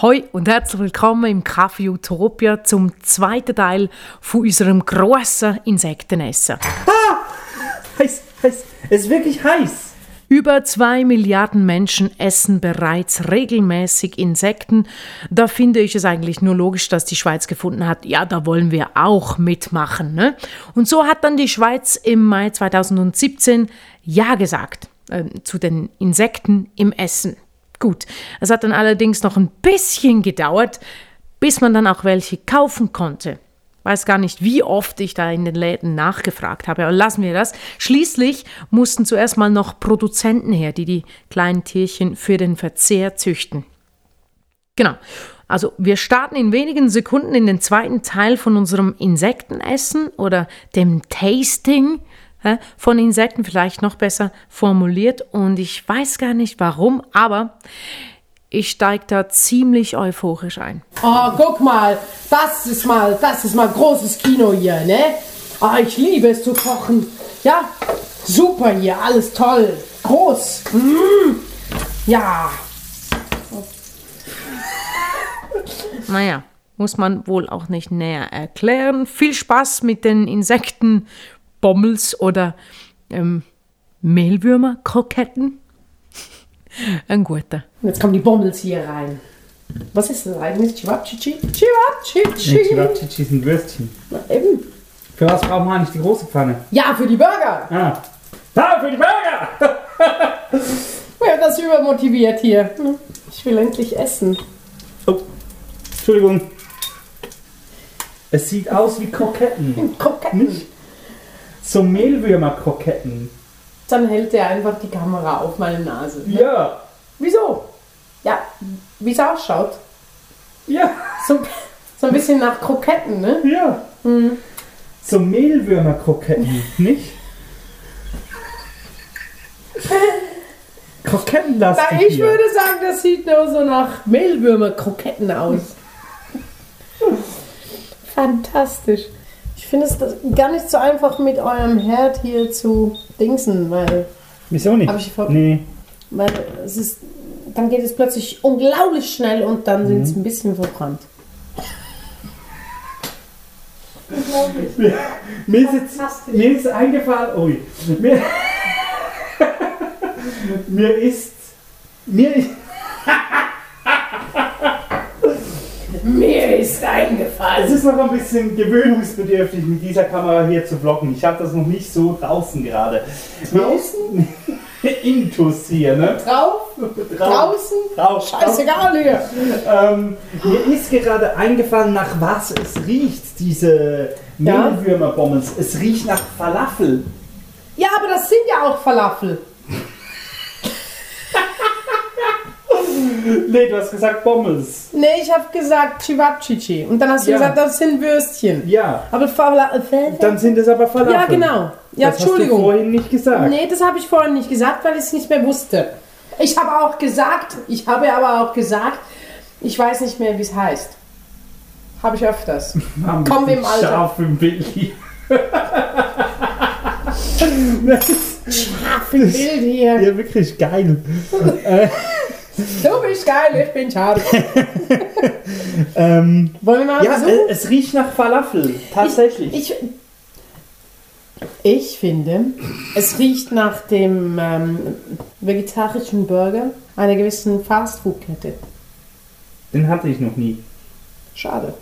Hoi und herzlich willkommen im Café Utopia zum zweiten Teil von unserem grossen Insektenessen. Heiß, heiß. Es ist wirklich heiß. Über zwei Milliarden Menschen essen bereits regelmäßig Insekten. Da finde ich es eigentlich nur logisch, dass die Schweiz gefunden hat, ja, da wollen wir auch mitmachen. Ne? Und so hat dann die Schweiz im Mai 2017 Ja gesagt äh, zu den Insekten im Essen. Gut, es hat dann allerdings noch ein bisschen gedauert, bis man dann auch welche kaufen konnte. Weiß gar nicht, wie oft ich da in den Läden nachgefragt habe, aber lassen wir das. Schließlich mussten zuerst mal noch Produzenten her, die die kleinen Tierchen für den Verzehr züchten. Genau. Also wir starten in wenigen Sekunden in den zweiten Teil von unserem Insektenessen oder dem Tasting hä, von Insekten vielleicht noch besser formuliert und ich weiß gar nicht warum, aber ich steige da ziemlich euphorisch ein. Ah, guck mal, das ist mal, das ist mal großes Kino hier, ne? Ah, ich liebe es zu kochen. Ja, super hier, alles toll, groß. Mm. Ja, Naja, muss man wohl auch nicht näher erklären. Viel Spaß mit den Insekten, Bommels oder ähm, Mehlwürmer-Kroketten. Ein guter. und jetzt kommen die Bommels hier rein. Was ist das eigentlich? Chivapchichi? Chivapchichi? Chibabchichi ist ein Würstchen. Na, Eben. Für was brauchen wir eigentlich die große Pfanne? Ja, für die Burger. Ah. Da, für die Burger! Wer hat Oh das übermotiviert hier? Hm, Ich will endlich essen. Oh. Entschuldigung. Es sieht aus wie Kroketten. Kroketten. So Mehlwürmer-Kroketten. Dann hält er einfach die Kamera auf meine Nase. Ja. Wieso? Ja, wie es ausschaut. Ja. So, so ein bisschen nach Kroketten, ne? Ja. So Mehlwürmer-Kroketten, nicht? Krokettenlastig. Na, ich hier. würde sagen, das sieht nur so nach Mehlwürmer-Kroketten aus. Fantastisch. Ich finde es das- gar nicht so einfach mit eurem Herd hier zu dingsen, weil, Wieso nicht? Hab ich vor- nee. weil es ist, dann geht es plötzlich unglaublich schnell und dann sind es ein bisschen verbrannt. Mir ist, jetzt, mir ist eingefallen, ui, mir, mir ist, mir ist, Mir ist es eingefallen. ist noch ein bisschen gewöhnungsbedürftig, mit dieser Kamera hier zu vloggen. Ich habe das noch nicht so draußen gerade. Draußen? Intus hier, ne? Drauf, draußen, Draußen. scheißegal hier. Ähm, mir ist gerade eingefallen, nach was es riecht, diese Ja. Mehlwürmerbommels. Es riecht nach Falafel. Ja, aber das sind ja auch Falafel. Nee, du hast gesagt Bommels. Nee, ich habe gesagt Chivapchichi. Und dann hast du Ja. gesagt, das sind Würstchen. Ja. Aber Falafel. Dann sind es aber Falafel. ja, genau. Ja, das hast du Entschuldigung. vorhin nicht gesagt. Nee, das habe ich vorhin nicht gesagt, weil ich es nicht mehr wusste. Ich habe auch gesagt, ich habe aber auch gesagt, ich weiß nicht mehr, wie es heißt. Habe ich öfters. Mann, Komm, bist im du Alter. Scharf im Billy. Bild hier. ja, wirklich geil. Du bist geil, ich bin schade. Ähm, Wollen wir mal ja, versuchen? es, es riecht nach Falafel. Tatsächlich. Ich, ich finde, es riecht nach dem ähm, vegetarischen Burger einer gewissen Fastfood-Kette. Den hatte ich noch nie. Schade.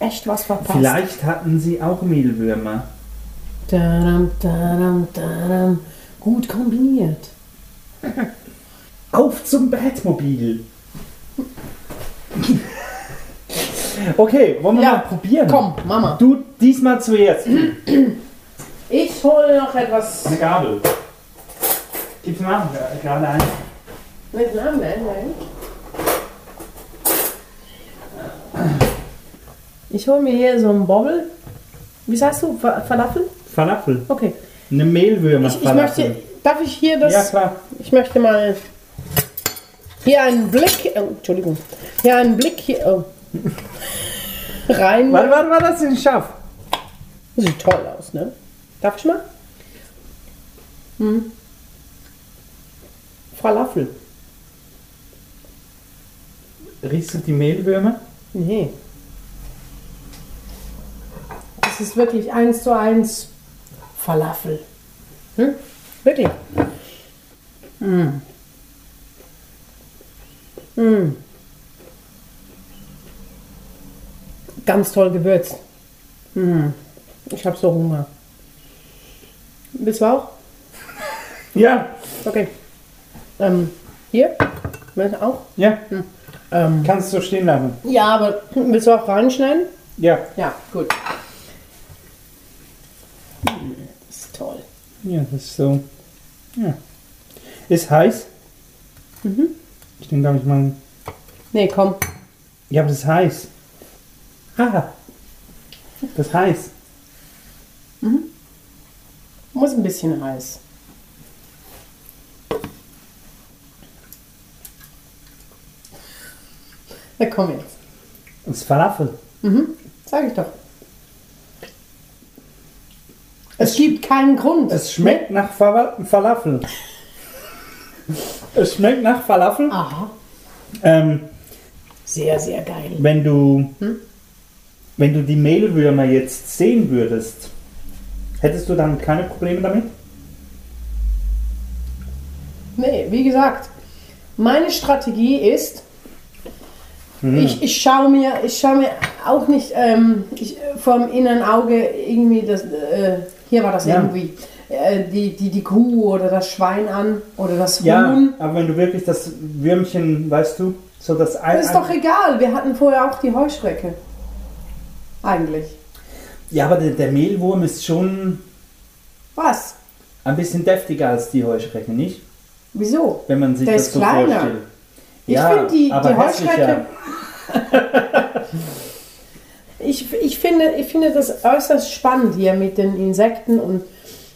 Echt was verpasst. Vielleicht hatten sie auch Mehlwürmer. Tadam, tadam, tadam. Gut kombiniert. Auf zum Batmobil. okay, wollen wir Ja, mal probieren? Komm, Mama. Du diesmal zuerst. Ich hole noch etwas. Eine Gabel. Gib's mal gerade ein. Nein, nein, nein. Ich hole mir hier so einen Bobbel. Wie sagst du? Fa- Falafel? Falafel. Okay. Eine Mehlwürmer. Ich, ich möchte, darf ich hier das? Ja, klar. Ich möchte mal hier einen Blick, oh, Entschuldigung, hier einen Blick hier oh, rein. Warte, warte, warte, das ist scharf. Das sieht toll aus, ne? Darf ich mal? Hm. Falafel. Riechst du die Mehlwürmer? Nee. Das ist wirklich eins zu eins Falafel. Hm? Wirklich. Hm. Mm. Mm. Ganz toll gewürzt. Mm. Ich habe so Hunger. Willst du auch? Ja, Okay. Ähm, hier? Willst du auch? ja. Ähm. Hm. Kannst du stehen lassen. Ja, aber willst du auch reinschneiden? Ja. Ja, gut. Mm, Das ist toll. Ja, das ist so. Ja. Ist heiß. Mhm. Ich denke, darf ich mal. Nee, komm. Ja, aber das ist heiß. Haha. Das ist heiß. Muss ein bisschen heiß. Na komm jetzt. Das ist Falafel. Sag ich doch. Es gibt keinen Grund. Es schmeckt nach Fala Falafel. es schmeckt nach Falafel. Aha. Ähm, Sehr, sehr geil. wenn du. Hm? Wenn du die Mehlwürmer jetzt sehen würdest, hättest du dann keine Probleme damit? Nee, wie gesagt, meine Strategie ist, Mhm. ich, ich schaue mir, ich schaue mir auch nicht ähm, ich, äh, vom inneren Auge irgendwie das, äh, hier war das Ja. irgendwie, äh, die, die, die Kuh oder das Schwein an oder das Huhn. Ja, aber wenn du wirklich das Würmchen, weißt du, so das ein, Das ist doch egal, wir hatten vorher auch die Heuschrecke. Eigentlich. Ja, aber der, der Mehlwurm ist schon Was? ein bisschen deftiger als die Heuschrecke, nicht? Wieso? Wenn man sich Der das ist so kleiner. vorstellt. Ich finde die, die aber Heuschrecke. hässlicher. ich, ich, finde, ich finde das äußerst spannend hier mit den Insekten und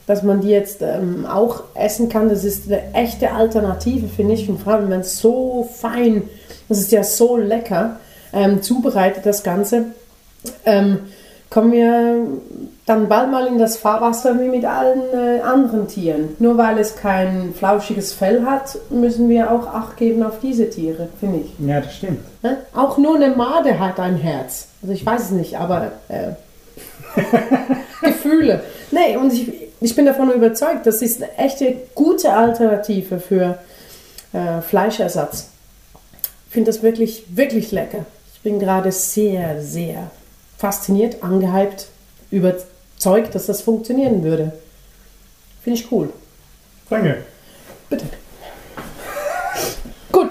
dass man die jetzt ähm, auch essen kann. Das ist eine echte Alternative, finde ich. Und vor allem, wenn es so fein, das ist ja so lecker ähm, zubereitet, das Ganze. Ähm, kommen wir dann bald mal in das Fahrwasser wie mit allen äh, anderen Tieren. Nur weil es kein flauschiges Fell hat, müssen wir auch Acht geben auf diese Tiere, finde ich. Ja, das stimmt. Ne? Auch nur eine Made hat ein Herz. Also ich weiß es nicht, aber äh, Gefühle. Nee, und ich, ich bin davon überzeugt, das ist eine echte gute Alternative für äh, Fleischersatz. Ich finde das wirklich, wirklich lecker. Ich bin gerade sehr, sehr fasziniert, angehypt, überzeugt, dass das funktionieren würde. Finde ich cool. Danke. Bitte. Gut.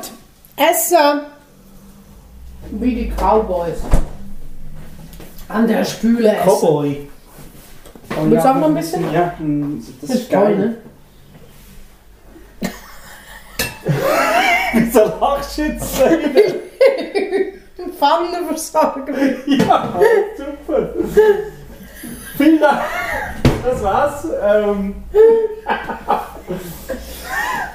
Esse wie die Cowboys. An der Spüle essen. Cowboy. Oh, Willst du auch noch ein bisschen? Ja, mm, das Das ist ist toll, ne? geil. Dieser Lachschütze. Farbene Versorgung. ja, super. Vielen Dank. Das war's. Ähm,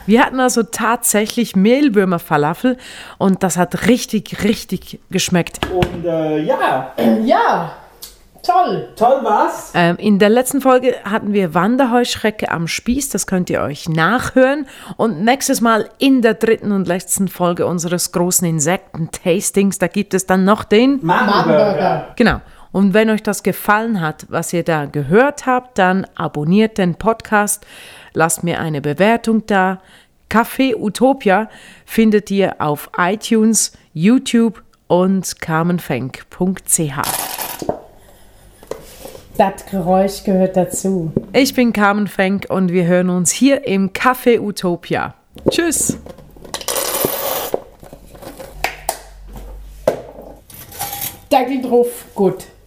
Wir hatten also tatsächlich Mehlwürmer Falafel und das hat richtig, richtig geschmeckt. und äh, ja, Ja, toll. toll war's. Ähm, in der letzten Folge hatten wir Wanderheuschrecke am Spieß, das könnt ihr euch nachhören. Und nächstes Mal in der dritten und letzten Folge unseres großen Insekten-Tastings, da gibt es dann noch den. Magenburger. Hamburger. Genau. Und wenn euch das gefallen hat, was ihr da gehört habt, dann abonniert den Podcast, lasst mir eine Bewertung da. Café Utopia findet ihr auf iTunes, YouTube und carmenfenk.ch. Das Geräusch gehört dazu. Ich bin Carmen Fenk und wir hören uns hier im Café Utopia. Tschüss! Deckel drauf. Gut.